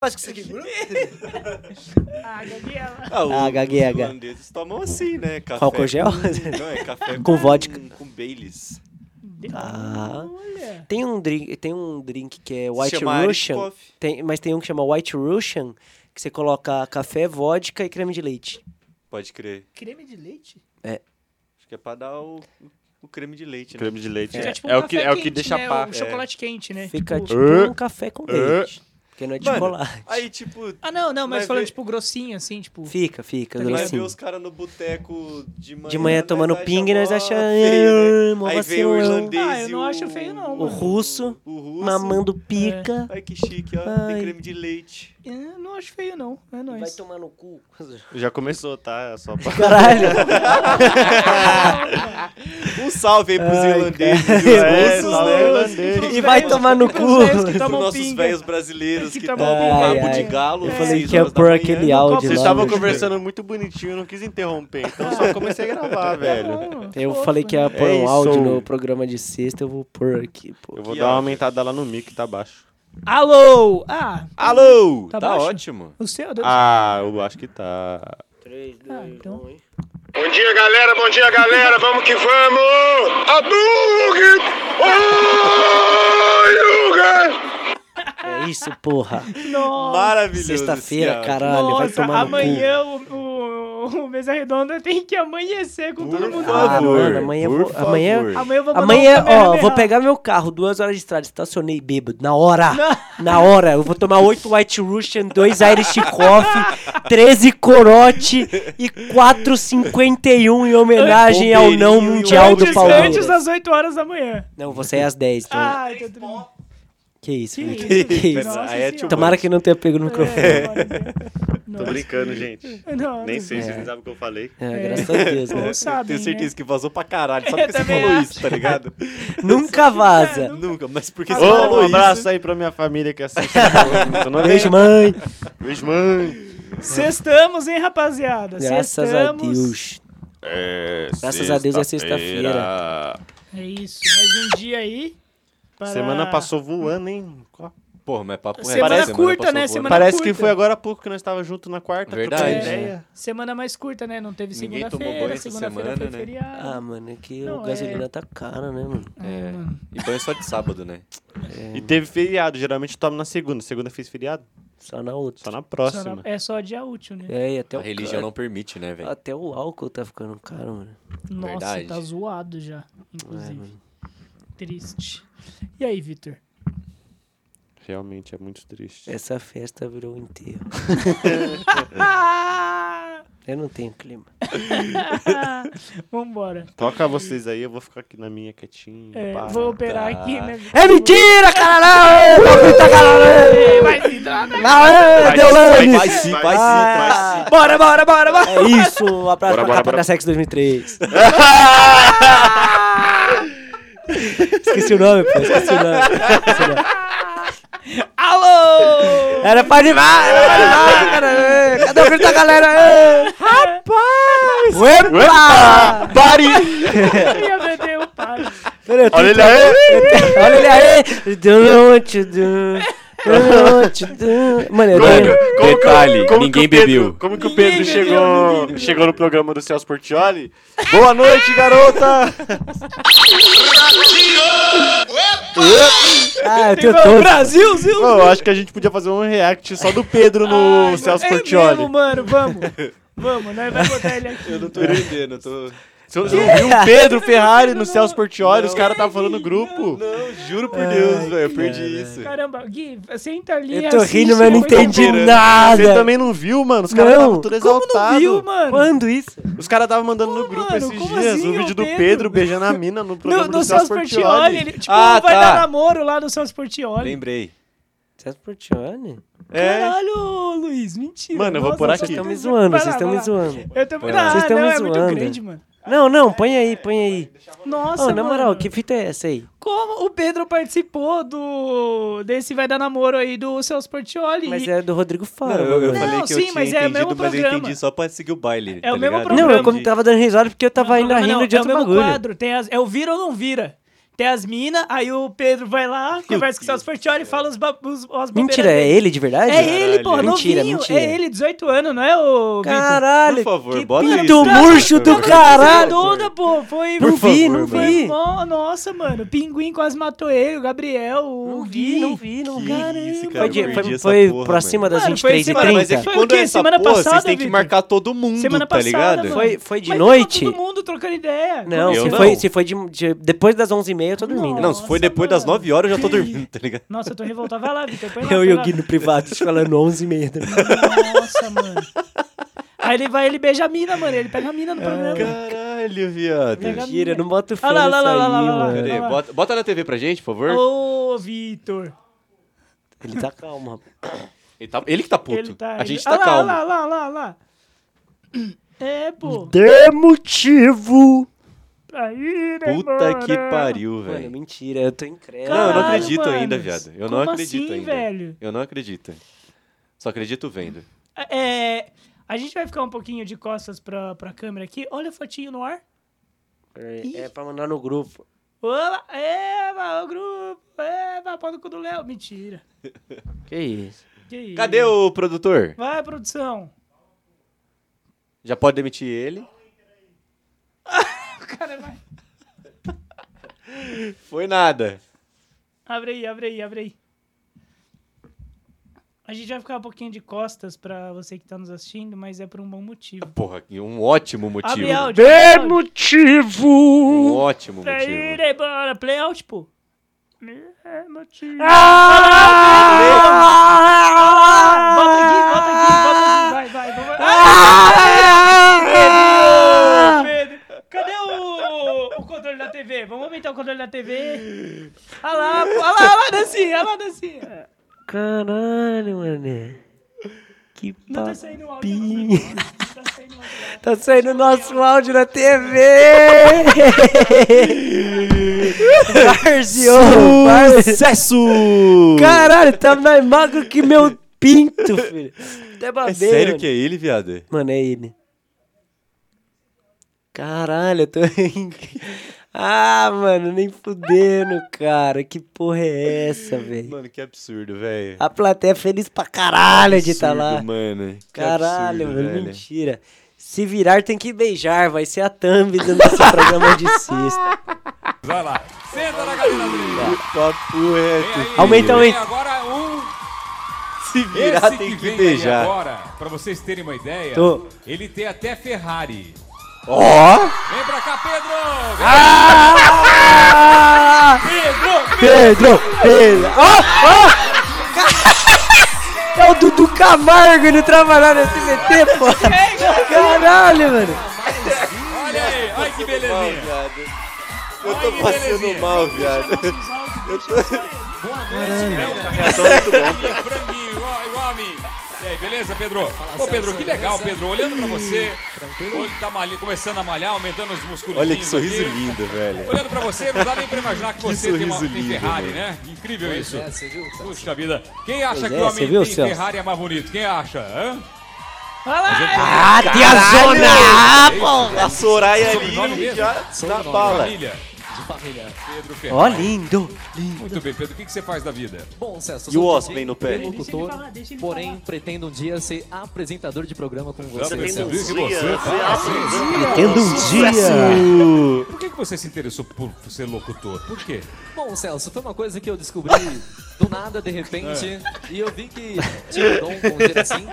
Acho que isso aqui. Ah, Gabriela. Ah, o- Ah, gaguei, Os gaguei. holandeses tomam assim, né? Café Álcool gel? com- Não, é café Com vodka. Com Baileys. Ah. Olha. Tem um drink, tem um drink que é Se White chama Irish Russian. Coffee. Tem, mas tem um que chama White Russian, que você coloca café, vodka e creme de leite. Pode crer. Creme de leite? Acho que é pra dar o, o creme de leite, né? Creme de leite. Fica É, tipo um é o que, café é o que quente, deixa né? pá. O chocolate quente, né? Fica Tipo- tipo Ah. um café com Ah. leite. Porque não é de Mano, chocolate. Aí, tipo, Ah, não, não, mas, Mas falando vê- tipo grossinho, assim, tipo... Fica, fica, assim. Vai vai ver grossinho. os caras no boteco de manhã. né? De manhã nós tomando acha ping e nós mó acha, feio, né?" "Ah, mó Aí vem o vacilão." irlandês Ah, eu e não o- acho feio, não, O russo, O russo. mamando pica. É. Ai, que chique, ó. Ai. Tem creme de leite. eu Eh, Não acho feio, não. É Vai nóis. tomar no cu. Já começou, tá? É só pra... Caralho. Ah, Um salve aí pros Ai, irlandeses cara. e os É, russos, salve né? irlandês. E vai tomar no cu. Pros Tomam nossos Tá pinga. É velhos brasileiros Que tá que tomam tomam um pinga. rabo de É. Ai, ai. galo. Eu falei seis que ia horas da pôr manhã. aquele áudio Vocês lá. estavam meu Deus. conversando muito bonitinho, eu não quis interromper, então eu só comecei a gravar, velho. Eu falei que ia pôr É um isso. áudio no programa de sexta, eu vou pôr aqui, pô. Eu vou Que dar uma áudio. aumentada lá no mic, tá baixo. Alô! Ah, Alô! Tá Tá, baixo? ótimo. o seu... Deus. Ah, eu acho que tá. 3, Ah, então. um, Bom dia, galera. Bom dia, galera. Vamos que vamos. A Bug! Oi, Lucas! Ah, É isso, porra. Nossa, Maravilhoso. esse Sexta-feira, áudio. caralho, vai nossa, tomar no cu. amanhã o, o, o Mesa Redonda tem que amanhecer com todo Por mundo. Ah, favor, mano, amanhã por eu vou- amanhã- favor. Amanhã eu vou mandar um Amanhã, ó, Kamehameha. vou pegar meu carro, duas horas de estrada, estacionei bêbado, na hora, na hora, eu vou tomar oito White Russian, dois Irish Coffee, 13 Corote e 4,51 em homenagem ao não Bombeirinho e mundial do Antes, antes Palmeiras. das 8 horas da manhã. Não, você é às 10, então, Ah, então tudo bem. que isso, Que Felipe, isso, que isso. nossa Aí é senhora. tio Tomara que não tenha pego no microfone. É, glória a Deus. Tô Nossa. brincando, gente. Não, Nem não sei, vocês nem sabem o que eu falei. É, graças a Deus, né? Ou sabem, Tenho certeza Tá né? que vazou pra caralho. Eu Só porque você também falou acho. isso, tá ligado? É. Nunca vaza. Nunca, mas porque Ô, você falou um isso. abraço aí pra minha família que assiste. Eu não Beijo, vejo, mãe. beijo, mãe. Sextamos, hein, rapaziada? Graças a Sextamos. Deus. É, Graças a Deus é sexta-feira. É isso, mais um dia aí. para- Semana passou voando, hein? Porra, mas papo Semana reto, curta, passou né? voando. Semana- Parece que curta. foi agora há pouco que nós estávamos juntos na quarta. Verdade. trocando É, ideia. Semana mais curta, né? Não teve Ninguém tomou segunda-feira, banho essa segunda-feira foi semana, né? feriado. Ah, mano, é que o Não, gasolina tá cara, né, mano? É. E banho só de sábado, né? E teve feriado, geralmente toma na segunda. Segunda fez feriado? Só na outra. Só na Só próxima. na- é só dia útil, né? É, e até a o religião cara- não permite, né, velho? Até o álcool tá ficando caro, mano. Nossa, Verdade. tá zoado É, já, inclusive. Triste. E aí, Vitor? Realmente é muito triste. Essa festa virou um enterro. Ah! Eu não tenho clima. Vambora. Toca vocês aí, eu vou ficar aqui na minha quietinho. É, pá. vou operar aqui, né? Vitor? É mentira, caralho! Palpita, caralho! Vai, Vitor! né? Vai, vai, vai Deolane! sim, vai sim, vai sim. Bora, bora, bora, bora! Ah. É isso, um abraço pra bora, capa bora. da Sex 2003. Esqueci o nome, pô, esqueci o nome. Esqueci o nome. Alô! Era pra animar, era pra animar, cara. É, Cadê o grito da galera? É. Ê, Rapaz! Uepa! Eu ia meter o pai. Peraí, eu tô- Olha ele aí! Olha ele aí! Dun, tchu, dun, dun, tchu, dun. Mano, eu tenho... Como que o- Detalhe, como que ninguém o Pedro- bebeu. Como que o Ninguém Pedro bebeu, chegou, ninguém bebeu. chegou no programa do Celso Portioli? Boa noite, garota! Ah, eu Tem tenho o todos. Brasil, Zil! Pô, eu acho que a gente podia fazer um react só do Pedro no Ai, Celso é Portioli. mesmo, mano, vamos. Vamos, nós vamos botar ele aqui. Eu não tô entendendo, eu tô... Você você não viu o um Pedro Ferrari no Celso Portioli? Os caras estavam falando no grupo. Não, juro por Deus, velho, eu perdi isso. assim. Caramba, Gui, senta ali. Eu tô assiste, Tá rindo, mas eu não depois eu entendi vou- Você nada. também não viu, mano? Os caras Não. estavam tudo Como não viu, exaltados. mano? Quando isso? Os caras estavam mandando no grupo mano? esses Como dias assim, o vídeo o do Pedro? Pedro? beijando a mina no programa No, do no Celso Celso Portioli, Portioli. ele tipo, Ah, vai tá. dar namoro lá no Celso Portioli. Lembrei. Celso Portioli? É. Caralho, Luiz, mentira. Mano, eu vou Nossa, por Vocês aqui. estão me Vai zoando, lá, vocês estão vai me lá. zoando. Eu também. Põe lá. Ah, Vocês tão não, me é muito zoando. grande, mano. Não, não, põe aí, põe aí. Nossa, Ô, na moral, mano. que fita é essa aí? Como o Pedro participou do desse vai dar namoro aí do Celso Portioli. Mas e- é do Rodrigo Faro. eu, eu mano. falei Não, que sim, eu mas tinha é o mesmo entendido, mas eu programa. entendi só pra seguir o baile, É o tá mesmo ligado? Não, programa. eu quando tava dando risada porque eu tava ainda Não, rindo não, de é o outro mesmo bagulho. quadro, tem as, é o vira ou não vira. Tem as minas, aí o Pedro vai lá, conversa com o Celso Portioli e fala os, ba- os, as Mentira, é bobeiras ele de verdade? dele. É ele, porra, Mentira, novinho. mentira. É ele, 18 anos, não é, ô Vitor? Caralho, Por favor, que bota pinto isso. murcho Tá do Bota caralho. Onda, pô, foi... Não foi- vi, não foi vi. mó- nossa, mano, o Pinguim quase matou ele, o Gabriel, o Não vi, não vi, não vi. Que isso, cara, eu Foi, de- foi- perdi essa foi porra, pra mano. cima das Mano, foi 23 e 30 semana- Cara, mas é que Foi o quando quê? é essa Semana porra, vocês passada, têm que Vitor? marcar todo mundo, Semana tá passada, ligado? mano. Foi, foi de Mas noite? ficou todo mundo trocando ideia. Não, Eu se, não. Foi, se foi de, de- depois das 11h30 eu tô dormindo. Não, se foi depois das 9 horas, eu já tô dormindo, tá ligado? Nossa, eu tô revoltado. Vai lá, Vitor. põe lá, Eu põe e o lá. Gui no privado te falando 11h30. da manhã. Nossa, mano. Aí ele vai, ele beija a mina, mano. Ele pega a mina no É, programa. Caralho, viado. Pega a Mentira, eu não boto fé Olha lá, nisso olha lá, olha lá, aí, olha lá. mano. Pera aí, bota, bota na TV pra gente, por favor. Ô, Vitor. Ele tá calmo, rapaz. Ele, tá- ele que tá puto. Ele tá. A gente olha tá calmo. Lá, olha lá, olha lá, olha lá. É, pô. Dê motivo! Aí, né, Puta mano? que pariu, Mano, velho. mentira, eu tô incrédulo. Não, eu não Caralho, acredito mano. ainda, viado. Eu Como não acredito assim, ainda. velho? Eu não acredito. Só acredito vendo. É. A gente vai ficar um pouquinho de costas pra, pra câmera aqui. Olha a fotinho no ar. É, é pra mandar no grupo. Olá, eba, o grupo. Eba, pau no cu do Léo. Mentira. Que isso? Que isso? Cadê o produtor? Vai, produção. Já pode demitir ele. O cara vai. Foi nada. Abre aí, abre aí, abre aí. A gente vai ficar um pouquinho de costas pra você que tá nos assistindo, mas é por um bom motivo. Porra, que um ótimo motivo. Abre áudio. abre áudio. motivo! Um ótimo Aí, motivo. né, bora. Play out, pô. É motivo. Ah! Bota aqui, bota aqui, bota aqui. Vai, vai, vai. Ah, Pedro, Pedro. Cadê o, o controle da TV? Vamos aumentar o controle da TV. Olha lá, pô. olha lá, olha lá, dancinha, olha lá, dancinha. Caralho, mané. Que Não tá saindo o áudio. papinho. não Tá Tá saindo o áudio. Tá saindo nosso áudio na TV! Barzio! Barzi- Sucesso! Caralho, tá mais magro que meu pinto, filho. Até babei, É sério mano. que é ele, viado? Mano, é ele. Caralho, eu tô... ah, mano, nem fudendo, cara. Que porra é essa, velho? Mano, que absurdo, velho. A plateia é feliz pra caralho de estar Absurdo, lá. mano. é Que Caralho, absurdo, mano, velho. mentira. Se virar, tem que beijar. Vai ser a thumb do nosso programa de sexta. Papo reto. filho. Aumenta, aumenta. Agora um Se virar, esse tem que que, vem aí beijar. agora, pra vocês terem uma ideia, Tô. ele tem até Ferrari. Ó! Vem pra cá, Pedro! Ah! Pedro, Pedro. Ó, ó! É o Dudu Camargo, ele trabalhava no SBT, pô. Caralho, mano. Olha aí, olha que Mal, belezinha. viado. Eu tô passando mal, viado. é Franguinho, um franguinho, igual, igual a mim. E aí, beleza, Pedro? Pô, Pedro, que legal, Pedro. Olhando pra você, olho tá malhando, começando a malhar, aumentando os músculos. Olha que sorriso lindo, velho. Olhando pra você, não dá nem pra imaginar que você tem uma sorriso tem lindo, Ferrari, velho. né? Incrível isso. Puxa vida. Quem acha Pois é, que o você viu, homem tem Celso? Ferrari é mais bonito? Quem acha? Hã? Olha lá, Ah, tia Zona! A Soraya Sobrenome ali mesmo? já dá bala. Família. Pedro Ferrari. Ó, lindo. Muito bem, Pedro. O que que você faz da vida? Bom, E Celso, o sou Osman no pé? locutor, falar, deixa ele porém falar. pretendo um dia ser apresentador de programa como você, Você Celso. viu que você fala assim? Tendo um dia. Por que que você se interessou por ser locutor? Por quê? Bom, Celso, foi uma coisa que eu descobri do nada, de repente, É. e eu vi que tinha um dom, vamos dizer assim,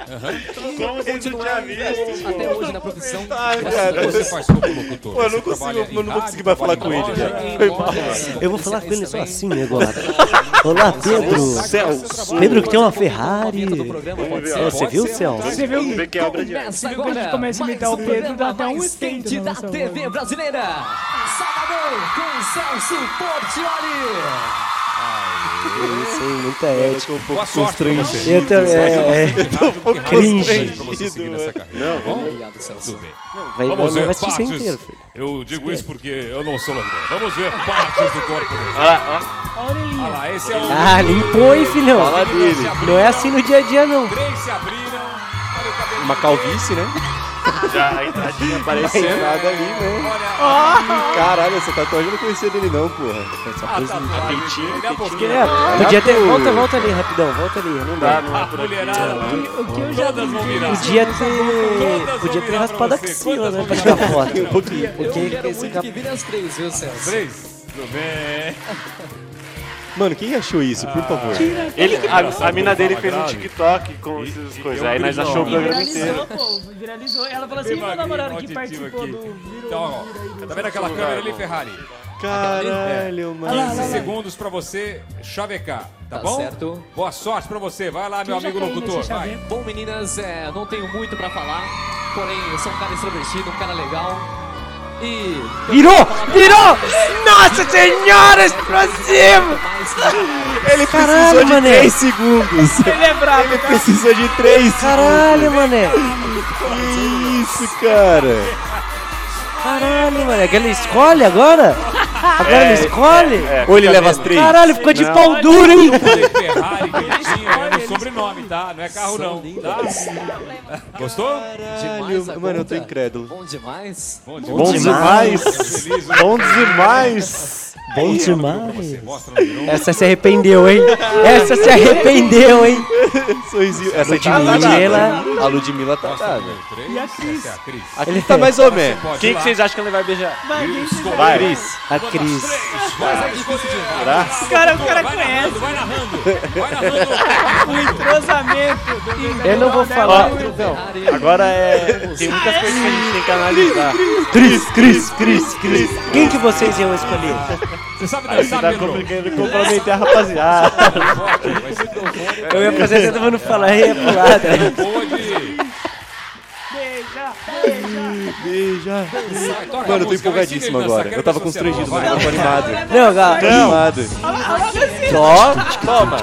Como você continuar até hoje na profissão. Ah, graças a cara. Deus. Você faz como locutor? Pô, eu não Você consigo- trabalha em eu não vou conseguir rádio, mais falar trabalha em com ele, loja, Em em lojas, lojas. Eu vou falar com ele só também. assim agora. Olá, Pedro. é um Celso. Pedro que tem uma Você acompanha o Ferrari. momento do programa, é pode ser? Céu, você viu, Celso? Você viu Vamos ver quem é obra de arte. Começa Você viu quando agora começa a mais imitar o um Pedro, dá programa até um mais efeito quente na da nossa TV voz. brasileira. Sabadão com Celso Portioli. Sem muita ética. Tô um Boa pouco sorte pra constrangido. você. Eu também. É, Porque rádio cringe. tem pra você seguir nessa carreira. Não, vamos. Obrigado, Celso. Tudo bem. vai, vai, Vamos vai ver assistir partes. inteiro, filho. Eu digo isso porque eu não sou ladrão. Vamos ver partes do corpo dele. a orelhinha. Olha lá, esse é o. Ah, limpou, hein, filhão? Fala dele. Não é assim no dia a dia, não. Três se abriram. Olha o cabelo. Uma calvície, né? Já, a entradinha apareceu. Nada ali, né? Olha, Caralho, essa tá tatuagem eu não conhecia dele não, porra. a tatuagem. Daqui a pouquinho, É, Podia ter. Volta, volta ali, rapidão, volta ali. eu Não dá. Tá, não é a por aqui. mulherada. O que eu já Todas vão virar. Podia Todas ter. vão Podia ter virar raspado a pra você. axila, Quantas né? vão Pra virar tirar foto. Um pouquinho. Porque eu quero esse muito cap- que vire as três, viu, Celso? Três. Tudo bem. Mano, quem achou isso, por favor? Ele, a, a mina dele Fala fez um grave. TikTok com essas coisas. Aí nós achou o brilho. programa inteiro. viralizou, pô. Viralizou. Ela falou assim, Tem meu uma namorado grima que auditiva participou aqui. do... Virou, Então, ó, tá vendo aquela câmera ali, Ferrari? Caralho, mano. 15 segundos pra você chavecar, tá, Tá bom? certo. Boa sorte pra você. Vai lá, meu Eu já amigo caí nesse locutor. Vai. chaveiro. Bom, meninas, é, não tenho muito pra falar, porém, eu sou um cara extrovertido, um cara legal. E. Virou! Virou! Nossa senhora, explosivo! Mas, Ele Caralho, precisou de mané. 3 segundos. Ele é brabo. Ele precisou de 3 Caralho, mané! Que isso, cara. Caralho, mané! Que ele escolhe agora? Agora ele escolhe? Ou ele leva as 3? Caralho, ficou de é, Não. pau duro, hein? Ferrari, direitinho, é no sobrenome, tá? Não é carro, não. Tá? Gostou? demais a Mano, eu tô conta. incrédulo. é Bom demais. Bom Bom demais. Feliz, né? Bom demais. Bom Você demais! mostra no verão. Essa se arrependeu, hein? Essa se arrependeu, hein? Sorrisinho. Essa aí tá Ludmilla. danada. A Ludmilla tá dada. E a Cris? Essa é a Cris. Aqui tá mais ou menos. Pode Quem ir que lá. vocês acham que ele vai beijar? Vai, Cris. A Cris. é Cara, o cara Vai conhece. narrando, vai narrando. Vai narrando. O entrosamento. do Eu não vou Gabriel falar. Della Cruz. Ferrari, Agora é. Tem muitas coisas que a gente tem que analisar. Cris, Cris, Cris, Cris. Quem que vocês iam escolher? Você sabe dançar, Tá Pedro? complicando comprometer a rapaziada. Forte, vai ser teu fone. Eu ia fazer todo mundo falar, ia né? pro lado. Boa de... Beija, beija. Beija. Vai, toca a Mano, eu tô música, vai, ensina ele empolgadíssimo a dançar, agora. quero Eu tava ver se você constrangido, vai. mas eu tava animado. Não, galera. Animado. Toma.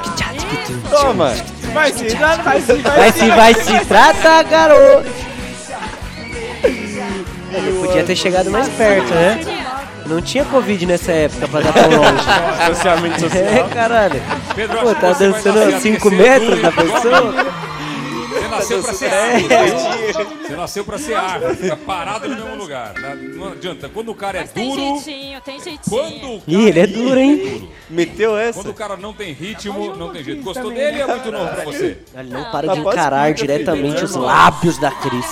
Toma. Vai se, vai se, Vai se, vai se, trata, garoto. Ele podia ter chegado mais perto, né? Não tinha Covid nessa época pra dar tão longe. Socialmente social. É, caralho. Pedro, Pô, acho que tá você vai dançando nascer a pra 5 ser metros duro, da igual a pessoa. Tá mim. Você nasceu pra ser árvore. viu? Você nasceu pra ser árvore. Fica parado no mesmo lugar. né? Não adianta. Quando o cara é Tem duro... jeitinho, tem Quando jeitinho. o cara Ih, ele é duro, hein? duro. Meteu Quando essa. o cara não tem ritmo, não tem jeito. Gostou dele? É muito novo pra você. Ele não para Tá de quase encarar comida, filho. diretamente os lábios da Cris.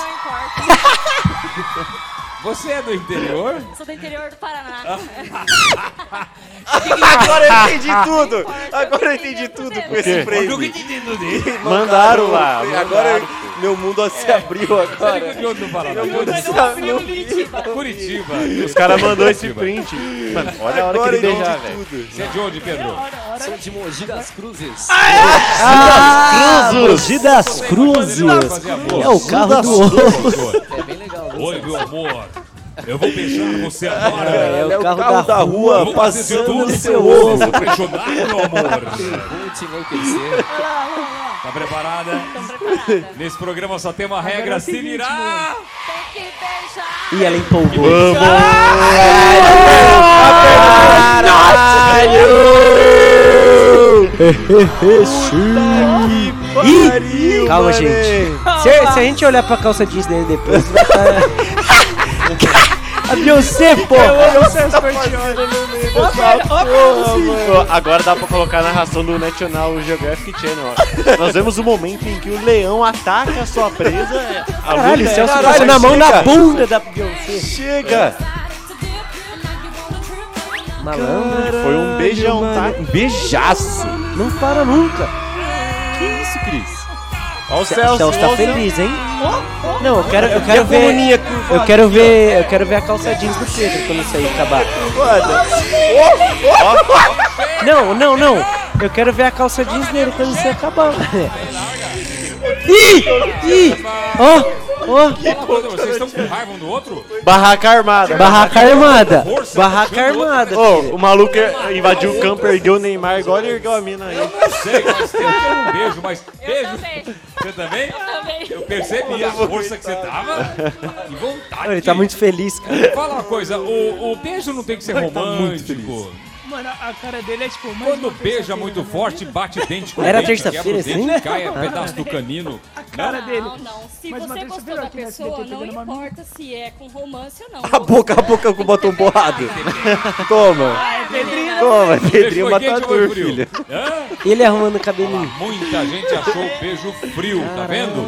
Não importa. Você é do interior? Eu sou do interior Ah. do Paraná. Agora eu entendi tudo. importa, Agora eu eu entendi entendi tudo tudo com esse Eu nunca frame. entendendo dele. Mandaram lá. mandaram. Agora eu- meu mundo ó, É. se abriu agora. é De onde do Paraná? é Tá é Curitiba. Os caras mandou esse print. Mano, olha a hora que Agora ele eu entendi beijar, velho. tudo. Você é de onde, Pedro? sou de Mogi das Cruzes. Ah, Mogi das Vai Cruzes. fazer amor. É o carro do ovo. É bem legal, viu? Oi, meu amor. Eu vou beijar você agora. É É o carro da rua. Eu rua vou fazer de passando tudo no seu pra você ovo. se apaixonar, meu amor. Vou te enlouquecer. Tá preparada? Preparada. Nesse programa só tem uma regra, se virar. Tem que beijar. E ela empolgou. Ih, Calma, mané. gente. Se, se a gente olhar pra calça jeans dele depois, vai tá... A Beyoncé, pô! Pô, Agora dá pra colocar a narração do National Geographic Channel. ó. Nós vemos o momento em que o leão ataca a sua presa. A Caralho, o luta é- Celso Caralho, passou na mão chega. na bunda da Beyoncé. Chega. Malandro, Foi um beijão, tá? Um beijaço. não para nunca. Que isso, Cris? Olha o O Celso tá olha o feliz, hein? Não, eu quero, eu quero ver. Eu quero ver. Eu quero ver a calça jeans do Pedro quando isso aí acabar. Não, não, não. Eu quero ver a calça jeans dele quando isso aí acabar. Ih! Ih! Ó! Ó! Fala, Pedro, vocês estão com raiva um do outro? Barraca armada. Barraca armada! Barraca armada! Ô, o maluco invadiu o campo, ergueu o Neymar, igual ele ergueu a mina aí. Não sei, mas tem que ter um beijo, mas Eu beijo. também, Você também? também. Eu percebi a força que você tava e vontade. Ele tá muito feliz, tá cara. Fala uma coisa, o, o beijo não tem que ser romântico. Mano, a cara dele é tipo... mais Quando uma beija terça-feira. muito forte, bate dente com Era dente, terça-feira, quebra o dente, assim? cai um pedaço do canino. A cara dele. Ah, Não, não. Se Mas uma você terça-feira gostou da aqui né? no SBT pessoa, não pegando uma mina. importa se é com romance ou não. A boca, um a boca com o batom borrado. Toma. É Pedrinho. Toma, Pedrinho Beijo foi quente ou foi Matador, frio? filho. Hã? Ele arrumando o cabelinho. Muita gente achou o beijo frio, tá vendo?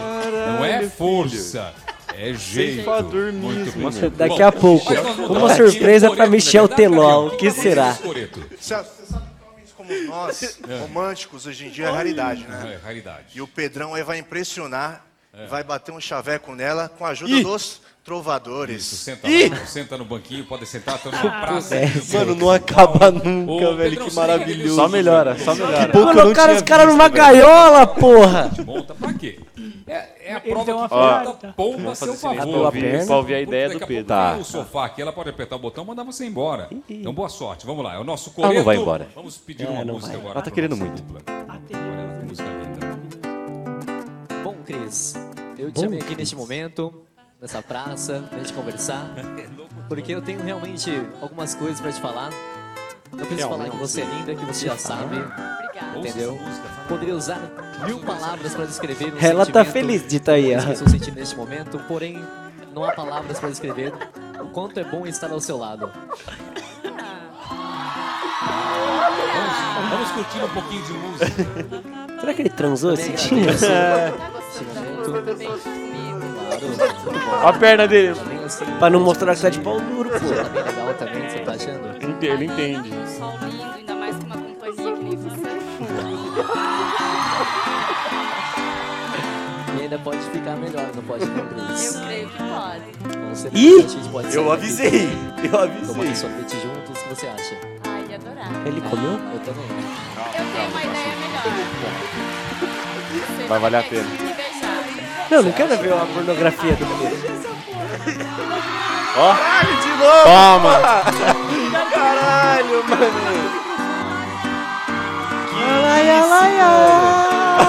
Não é força. É jeito. Muito bem. Nossa, Daqui a pouco, Mas nós vamos uma dar aqui surpresa um pra coreto, Michel né? Dá pra Teló. ver. O que será? Coreto. Celso, você sabe que homens como nós, românticos, hoje em dia é raridade, né? É, raridade. E o Pedrão aí vai impressionar, vai bater um chaveco nela com a ajuda dos trovadores. Isso, senta, lá, senta no banquinho, pode sentar, tá Ah, numa praça. Mano, não acaba nunca, velho. Ô, Pedrão, Que você tem aquele maravilhoso. uso, Só melhora, só melhora. Colocaram os caras numa gaiola, porra! Monta pra quê? É, é a Ele prova deu uma que ferrada, conta tá? pomba a seu Abriu a favor. perna. Pra ouvir a ideia Daqui do a pouco Pedro. tá no sofá aqui, ela pode apertar o botão e mandar você embora. Então, boa sorte. Vamos lá, é o nosso não coreto. vai embora. Vamos pedir É, uma não música vai. agora. Ela tá pra querendo nossa muito. dupla. Olha ela que música linda. Bom, Cris, eu te Bom, chamei aqui Cris. neste momento, nessa praça, pra gente conversar, porque eu tenho realmente algumas coisas pra te falar. Não preciso falar que você é linda, que você já Ah. sabe, Obrigada. entendeu? Poderia usar mil palavras pra descrever um Ela tá sentimento feliz de tá aí, que as ó. pessoas sentem neste momento, porém, não há palavras pra descrever o quanto é bom estar ao seu lado. Vamos, vamos curtir um pouquinho de música. Será que ele transou esse dia? Tá gostando da Sim. música É. do beijo comigo? Claro, A perna dele. também assim, Pra não mostrar que tá de pau duro, pô. tá bem legal também, você tá achando? Ele entende. Um sol lindo, ainda mais com uma companhia que nem você. E ainda pode ficar melhor, não pode não, Cris? Eu creio que pode. Com certeza Ih! a gente pode Eu sair avisei. Eu daqui, Tomar um avisei. sorvete juntos, o que você acha? Ai, ia adorar. Ele comeu? Eu também. Eu tenho uma ideia melhor. Você Vai valer a ter que pena. me beijar. Não, não quero ver uma pornografia do Pedro. Toma! Caralho, mano.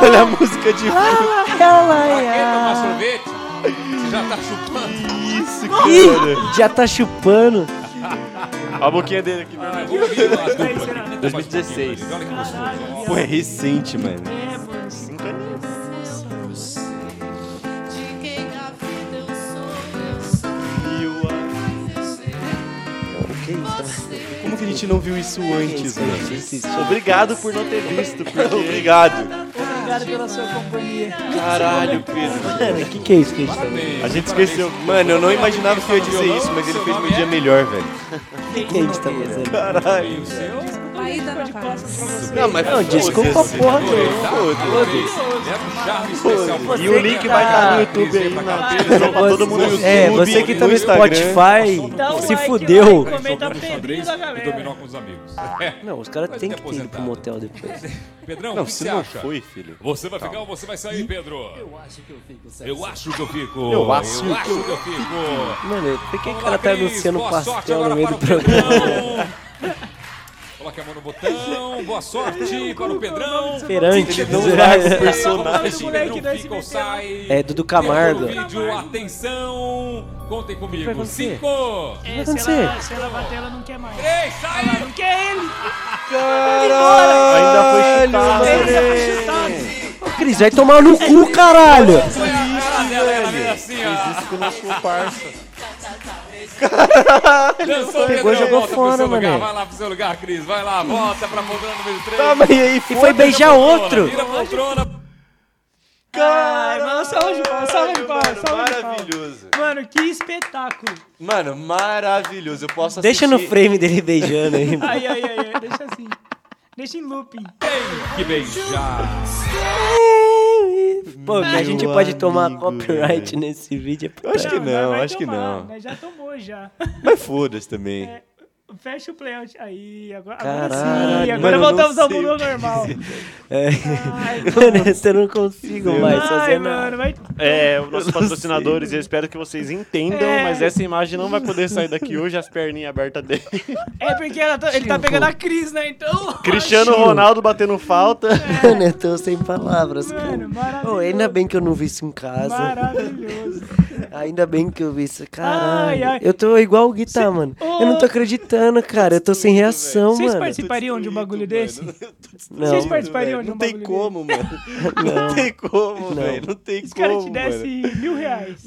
Olha a música de fundo. Pra quem tomar sorvete? Você já tá Isso, chupando. Ih, já tá chupando. A boquinha dele aqui. Ah, vou ouvir lá a dupla. Tenta mais um 2016. pouquinho, Olha que gostoso. Pô, é recente, mano. né, Como que a gente não viu isso antes, né? mano? Obrigado por não ter visto. Obrigado. Obrigado pela sua companhia. Caralho, Pedro. Mano, o que, que é isso que a gente tá vendo? Parabéns. A gente esqueceu. Mano, eu não é? imaginava que eu ia dizer isso, mas ele fez meu dia melhor, velho. O que, que a gente tá fazendo? Caralho. E o seu? Aí dá pra Não, mas Não, desculpa a porra nenhuma. Parabéns. Leva um charme especial. tá pra Você E o link vai estar no YouTube aí, né? Pra na cá. descrição pra todo mundo no YouTube. É, você que tá no Dá um Spotify, se like, fudeu. like, comenta Jogar Pedrinho xadrez da e galera. dominó com os amigos. É. Não, os caras Mas têm tá que ter ido pro aposentado. motel depois. Pedrão, o Não, que se você não acha? foi, filho. Você vai ficar ou você vai sair, Pedro? Tá. Eu acho que eu fico certo. Eu acho que eu fico. Eu acho eu acho que eu fico. Mano, por que que o Vamos cara lá, tá Cris, anunciando boa sorte pastel agora no meio do para o programa? Pedrão. Coloque a mão no botão. Boa sorte para o Pedrão. Perante. Não um vai com o Se personagem. Por aí que Pedrão nós fica ou se sai. É, Dudu Camargo. Terminou o Vídeo, atenção. Contem vai comigo. acontecer? Cinco, É, vai se, ela, se ela bater, ela não quer mais. três, sai. Não quer ele. É. Ainda foi Ele chutado. né? já foi chutado. Cris, vai tomar no cu, caralho! Foi a cara dela, ela veio assim, é ó. Isso com o nosso parça. Dançou, Pegou e Pedrão, jogou volta pro fora, seu mané. lugar. Tá Vai lá pro seu lugar, Cris. Vai lá, volta pra poltrona número 3. Toma e aí, E foi beijar outro! Vira a poltrona. Ai, mano, salve de pau, salve de pau, salve de pau. Maravilhoso. Mano, que espetáculo. Mano, maravilhoso. Eu posso Deixa no assistir- frame dele beijando aí. mano. Ai, ai, ai, ai, deixa assim. Deixa em looping. Que beijar. Pô, que a gente Meu pode tomar amigo, copyright nesse vídeo. é Eu acho putaria. que mas não, vai acho que tomar, não. né? Já tomou já. Mas foda-se também. É. Fecha o playout. Aí, agora, agora Caralho. sim. Agora Mano, eu não voltamos ao sei mundo o que normal. É. Ai, Mano, esse eu não consigo mais Ai, fazer nada. mano, vai. É, os nossos patrocinadores, eu espero que vocês entendam, É. mas essa imagem não vai poder sair daqui hoje, as perninhas abertas dele. É porque ela tá- ele tá pegando a Cris, né? Então. Cristiano Tio. Ronaldo batendo falta. Mano, eu tô sem palavras, Mano, cara. maravilhoso. Ô, ainda bem que eu não vi isso em casa. Maravilhoso. Ainda bem que eu vi isso. Caralho. Ai, ai. Eu tô igual o Guitar, tá, mano. Eu não tô Ô, brincando, cara. Eu tô sem reação, Vocês mano. participariam de um bagulho desse? Não, Vocês participariam de um Não tem bagulho desse? como, mano. não. Não tem como, Não. velho. Não tem Se o cara como. te desse mano. mil reais.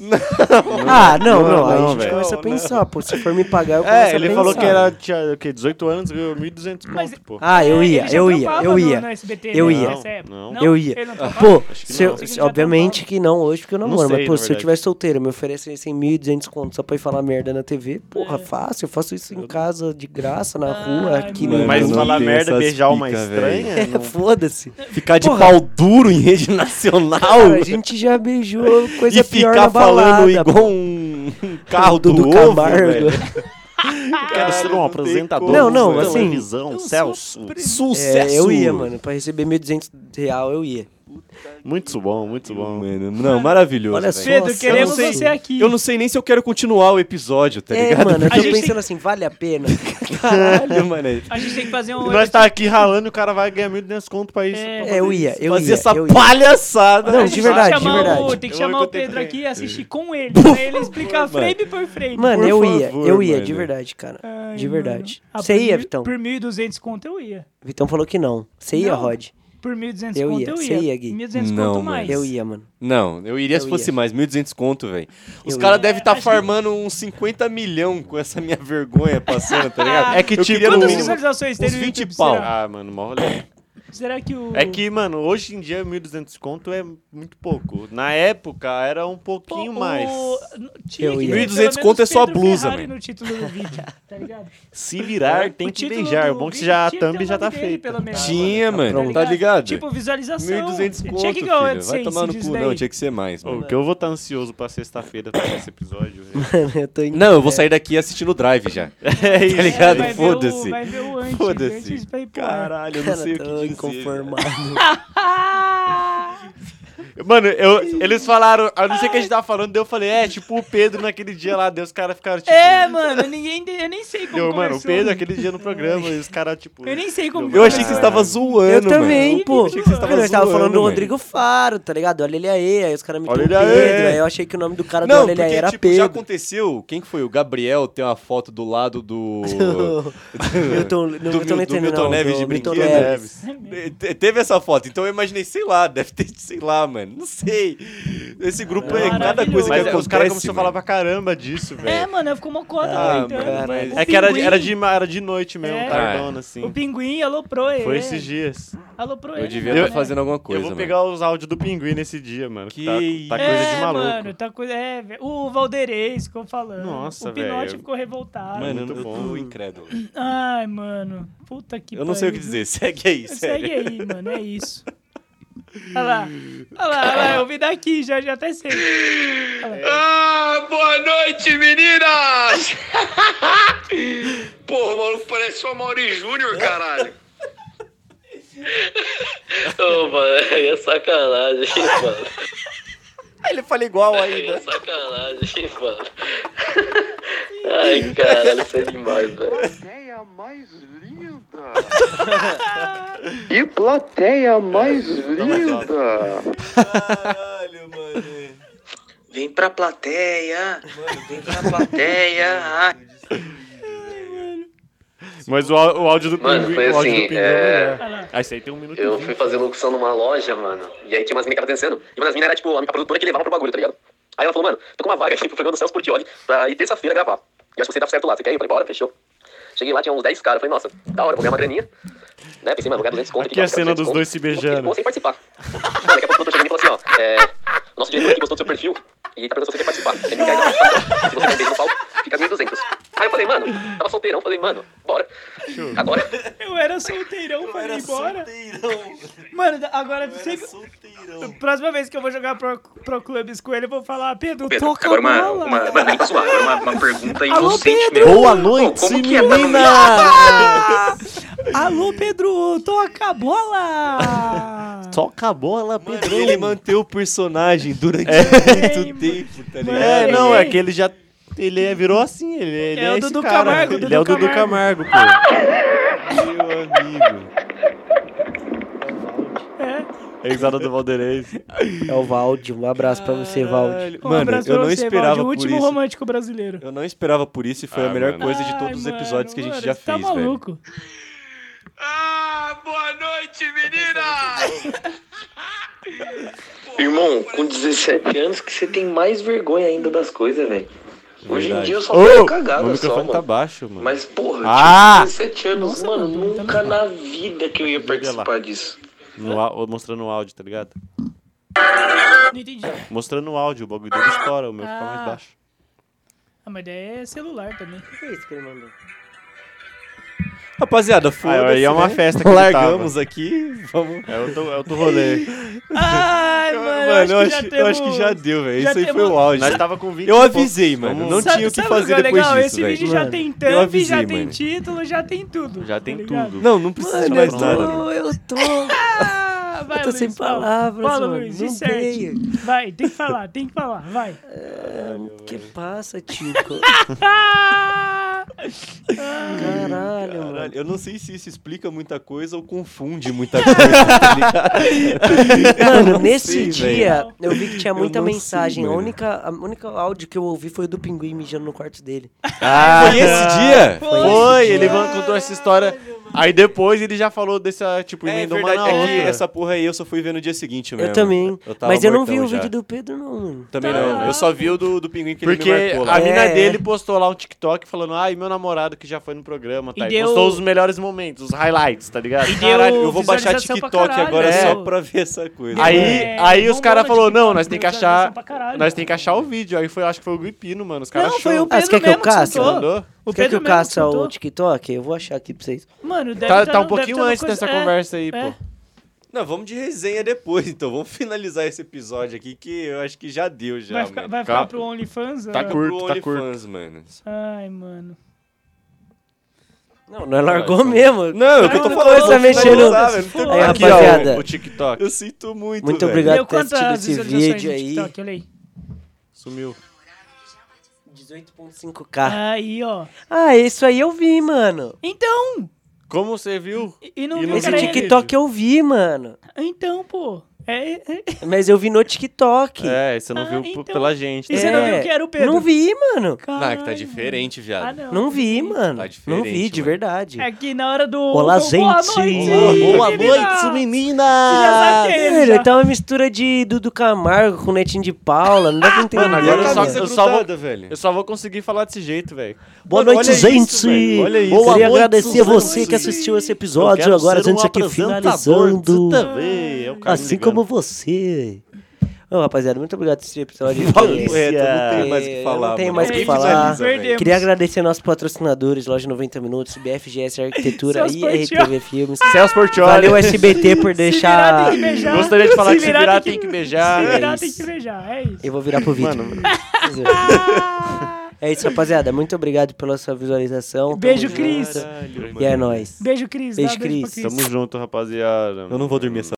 Ah, não, não. Não, Aí a não, gente velho. começa a pensar, pô. Se for me pagar, eu começo É, a ele falou pensar. que era tinha, o quê, 18 anos, ganhou 1.200 Mas- conto, pô. Ah, eu É, ia, ele já eu ia, trampava eu no- ia. no SBT, Eu né, ia. nessa época. Não, eu ia. ele não trampava? Pô, Acho que se eu- não. se- Ele já um obviamente trampava. que não, hoje, porque eu não Não moro. sei, Mas, pô, na se eu verdade. tivesse solteiro, me assim, oferecessem 1.200 conto só pra ir falar merda na TV, porra, fácil. Eu faço isso em casa, de graça, na rua, aqui É. mano. no... Mas não falar tem merda, essas beijar uma pica, estranha... É, foda-se. Ficar de Porra. pau duro em rede nacional Cara, a gente já beijou coisa é e pior ficar na balada. falando pô. igual um um carro do, Dudu ovo, Camargo. É, velho. Quero ser um apresentador. Não, não, de assim, Televisão, Celso. É, eu ia, mano. Pra receber 1.200 real, eu ia. Muito bom, muito bom. Mano, não, maravilhoso. Olha velho. só. Pedro, Nossa, queremos eu não sei. você aqui. Eu não sei nem se eu quero continuar o episódio, tá é, ligado? mano, eu A tô gente pensando assim, vale a pena? Caralho. Porque, mano, A gente tem que fazer um. E nós tá aqui ralando e o cara vai ganhar 1.200 conto pra isso. É, pra É, eu fazer ia, isso. eu fazer ia, essa eu ia. palhaçada. Não, a de gente verdade, tem que de chamar um verdade. O, tem que Eu chamar o encontrei Pedro pra ele. aqui e assistir com ele, pra ele explicar frame por frame. Mano, Por eu ia, favor, eu ia, de mano. verdade, cara. Ai, de mano. verdade. Ah, Você por ia, mil- Vitão? Por 1.200 conto eu ia. Vitão falou que não. Você ia, Não. Rod? Por 1.200 Eu conto ia, eu você ia. ia, Gui. 1.200 conto Não, mano. mais. Eu ia, mano. Não, eu iria se Eu fosse ia. mais, 1.200 conto, velho. Os Eu caras ia. devem estar farmando uns 50 milhão com essa minha vergonha passando, tá ligado? É que, eu tipo, queria no Quantas mínimo... visualizações teve uns no 20 YouTube, pau. será? Ah, mano, mó rolê. Será que o... É que, mano, hoje em dia 1.200 conto é muito pouco. Na época era um Pô, pouquinho o- mais. Tinha Eu que ia. ter 1.200 pelo menos conto é só a Pedro blusa, Ferrari mano. no título do vídeo, tá ligado? Se virar, tem É, O que título beijar. É do Bom que vídeo já a tinha que ter o thumb já nome tá dele, feita. pelo menos. Tinha, mano, tá ligado? Tipo, visualização. 1.200 conto, Tinha que filho. ganhar o Vai tomar no AdSense cu, disso não, daí. tinha que ser mais, Ô, É. mano. que eu vou estar ansioso pra sexta-feira pra esse episódio. velho. eu tô em... Não, eu vou sair daqui assistindo o Drive já. é isso. Tá ligado? Vai ver o- Foda-se. Vai ver o antes. Foda-se. antes vai pro ar. Caralho, eu não Cara, sei o tá que tô dizer. inconformado. Mano, eu, eles falaram, eu não sei o que a gente tava falando, daí eu falei, é, tipo o Pedro naquele dia lá, daí os caras ficaram tipo. É, mano, ninguém. ente- Eu nem sei como. deu, mano, o começou. Pedro é aquele dia no programa, e os caras, tipo. Eu nem sei como. Eu achei começou. que você vocês estavam tava é. Eu zoando, também, mano. pô. achei que vocês Mano, eu tava zoando, falando do mano. Rodrigo Faro, tá ligado? Olha ele aí, aí os caras me Olha dão Pedro. ele aí. Aí eu achei que o nome do cara do Não, Olha ele porque aí era tipo, já Pedro. aconteceu. Quem que foi? O Gabriel tem uma foto do lado do. Milton, não, Milton do, Mil- do Neves, Milton não, Neves do de Milton brinquedo. Neves. É Te- te- Teve essa foto, então eu imaginei, sei lá, deve ter, sei lá, mano, não sei. Esse grupo é cada Maravilhoso. coisa que Mas acontece. os caras começaram a falar mano. pra caramba disso, É, velho. mano, eu ficou uma cota Ah, doidando, cara, mano. mas- O É, que era, pinguim- era, de, era de noite mesmo, É. tardona, assim. O pinguim aloprou ele. Foi esses dias. Aloprou ele. né, Eu devia mano. estar fazendo alguma Eu coisa, né? vou mano. pegar os áudios do pinguim nesse dia, mano. Que Que tá, tá É, coisa de maluco. mano, tá coisa. É, velho. o Valderez ficou falando. Nossa, O Pinote velho. ficou revoltado. Mano, eu- Muito eu bom. tô incrédulo. Ai, mano. Puta que Eu não sei o que pariu. dizer, segue aí, Segue sério. aí, mano, é isso. Olha lá, olha lá, olha lá, eu vim daqui, já, já até sei. Olha lá. Ah, boa noite, meninas! Porra, o maluco parece só Mauri Júnior, caralho. Ô, mano, aí é sacanagem, hein, mano. Ele fala igual Aí é sacanagem, hein, mano. Ai, caralho, isso é demais, velho. Plateia mais linda! Que plateia mais linda! Caralho, mano. Vem pra plateia! Vem pra plateia! Mas o, á- o áudio do Mano, pinguim, foi o áudio do assim, pinguim é- é melhor. Ah, isso aí tem um minuto e Eu vinte. fui fazer locução numa loja, mano. E aí tinha umas meninas que tava dançando. E uma das meninas era, tipo, a a produtora que levava pro bagulho, tá ligado? Aí ela falou, mano, tô com uma vaga aqui pro programa do Celso Portioli pra ir terça-feira gravar. E eu acho que você dá certo lá. Você quer ir? Eu falei, bora, fechou. Cheguei lá, tinha uns 10 caras. Falei, nossa, da hora, vou ganhar uma graninha. Né? Pensei, mano, vou ganhar 200 conto. Aqui é a vou ganhar cena dos 200 dois se conto. beijando. Ficou sem participar. Mano, daqui a pouco o produtor chegou e falou assim, ó, é... o Nosso diretor aqui gostou do seu perfil e tá perguntando se você quer participar. Você quer participar? Se você não beijo no palco, fica 1.200. Aí eu falei, mano, tava solteirão. Falei, mano, bora. Agora... Eu era solteirão, pra ir embora. Mano, da- agora sempre. Próxima vez que eu vou jogar pro, pro clubes com ele, eu vou falar, Pedro, Pedro, toca agora a uma, bola. uma, mano, nem pra zoar, agora uma, uma pergunta Alô, inocente Pedro! mesmo. Boa Pô, noite, como que é pra não menina! Alô, Pedro, toca a bola! Toca a bola, Mano, Pedro. ele manteve o personagem durante Ei, muito tempo, tá ligado? É, não, é Ei. que ele já... Ele é- virou assim, ele é, ele É o é esse Dudu cara. Camargo, ele Dudu é o Dudu Camargo, Camargo. pô. Meu amigo. É. É risada do Valderez. É o Valdi. Um abraço pra você, Valdi. Um Mano, abraço eu pra não você, esperava Valdi, o por último isso. romântico brasileiro. Eu não esperava por isso e foi a Ah, melhor coisa de todos os Ai, episódios que a gente mano, já você Tá fez, velho. maluco? Irmão, com 17 anos que você tem mais vergonha ainda das coisas, velho. Hoje em Verdade. dia eu só Ô, tenho meu cagada só, microfone mano. tá baixo, mano. Mas, porra, eu Ah! tinha 17 anos, mano, nunca na vida que eu ia participar disso. No au- mostrando o áudio, tá ligado? Não entendi. Mostrando o áudio, o bagulho dele estoura, o meu fica Ah. mais baixo. Ah, mas daí é celular também. O que é isso que ele mandou? Rapaziada, foda-se. aí é uma né? festa que eu Largamos aqui, vamos. É outro, é outro rolê. Ai, mano, eu Mano, eu acho, acho, que já eu acho que já temos- deu, velho. já Isso aí foi temos- o auge. Nós tava com 20 Eu e pouco. avisei, mano. Não Sabe- tinha o que sabe fazer que é depois legal? disso, Esse velho. vídeo já tem Eu thumb, avisei, já tem mano. título, já tem tudo. tá Já tem ligado? tudo. Não, não precisa de Mano, eu mais tô, nada. eu tô, Ah, vai, eu tô sem Luiz, fala. palavras, Fala, mano. Luiz, Não disserte. tenho. Vai, tem que falar, tem que falar, vai. O que passa, Tico? Ah! Caralho, mano. Caralho, eu não sei se isso explica muita coisa ou confunde muita coisa. tá ligado? Eu Mano, não sei, nesse velho. dia eu vi que tinha Eu muita não sei, mensagem. a, mano. única, a única áudio que eu ouvi foi o do pinguim mijando no quarto dele. Ah, Foi esse dia? Foi, ele man- contou essa história. Aí depois ele já falou dessa, tipo, É, emendou verdade, uma na é que outra. essa porra aí eu só fui ver no dia seguinte mesmo. eu também. tava mas eu não vi mortão o já. vídeo do Pedro, não, mano. Também não. Eu só vi o do, do pinguim que Porque ele me marcou lá. a mina É. dele postou lá um TikTok falando, ai, meu namorado que já foi no programa, tá? E E deu- postou os melhores momentos, os highlights, tá ligado? E deu um Caralho, eu vou baixar visualização pra TikTok caralho, agora né? É. só pra ver essa coisa. Aí, É, aí os bombou caras no falaram, TikTok, não, nós tem que deu visualização achar. pra caralho." Nós tem que achar o vídeo. Aí foi, acho que foi o Guipino, mano. Os caras Não, foi achou. o Ah, Pedro você quer que eu mesmo caça? soltou. Mandou? O Quer que Pedro eu mesmo caça soltou. o TikTok? Eu vou achar aqui pra vocês. Mano, deve Tá, tá tá um no- deve pouquinho tá no antes coisa- dessa é, conversa aí, é. pô. Não, vamos de resenha depois, então. Vamos finalizar esse episódio aqui que eu acho que já deu já, Vai ficar, mano. vai ficar Calma. pro OnlyFans? Tá ah? curto. Pro OnlyFans, mano. Ai, mano. Não, não é largou mesmo. Não, é o que eu tô Não falando. começa a vamos mexer no- finalizar, velho, não tem Aí, como- Aqui, ó, rapaziada. o- o TikTok. Eu sinto muito, Muito velho. obrigado. Deu ter assistido quantas esse visualizações vídeo no aí. TikTok? Olha aí. Sumiu. 18.5k. Aí, ó. Ah, isso aí eu vi, mano. Então! Como você viu? E, e não E vi, não Esse cara, Caralho. TikTok eu vi, mano. é- Então, pô. É, é- Mas eu vi no TikTok. É. É, você não Ah, viu p- então. pela gente. E tá? você não viu que era o Pedro? Não vi, mano. Ah, que tá Caralho, diferente, mano. viado. Ah, Não vi, mano. Tá não diferente, vi, de mano. verdade. É que na hora do. Olá, do Boa gente. noite! Boa menina. Você já menina! sabe quem é ele, Velho, já. tá uma mistura de Dudu Camargo com Netinho de Paula. Não dá pra entender Mano, agora nada. eu só- Cabeça eu só vou- grudada, tá velho. Eu só vou conseguir falar desse jeito, velho. Boa Mano, noite, olha gente! isso, velho. Olha isso. Queria Boa noite, agradecer a Suzana. você que assistiu esse Eu episódio. quero Agora, ser um gente, aqui apresentador de finalizando. TV, é o cara me Assim ligando. como você. Ô, rapaziada, muito obrigado por assistir o episódio. Paulo Reto, eu não É, tenho mais o eu que falar. não tenho mano. mais o que Ele falar. finaliza, velho. Perdemos. Queria agradecer nossos patrocinadores, Loja 90 Minutos, BFGS Arquitetura Celso e Portiolli. RTV Filmes. Celso Portioli. Valeu, SBT, por virar, deixar... tem que beijar. Gostaria de falar Se que se virar, tem virar tem que- que beijar. Se virar, é tem isso. que beijar. É isso. Eu vou virar pro vídeo. Mano. É isso, rapaziada. Muito obrigado pela sua visualização. Tamo Ah! Beijo, junto. Cris. E é nóis. Beijo, Cris. Beijo, Dá um beijo pra Cris. Tamo junto, rapaziada. Eu não vou dormir essa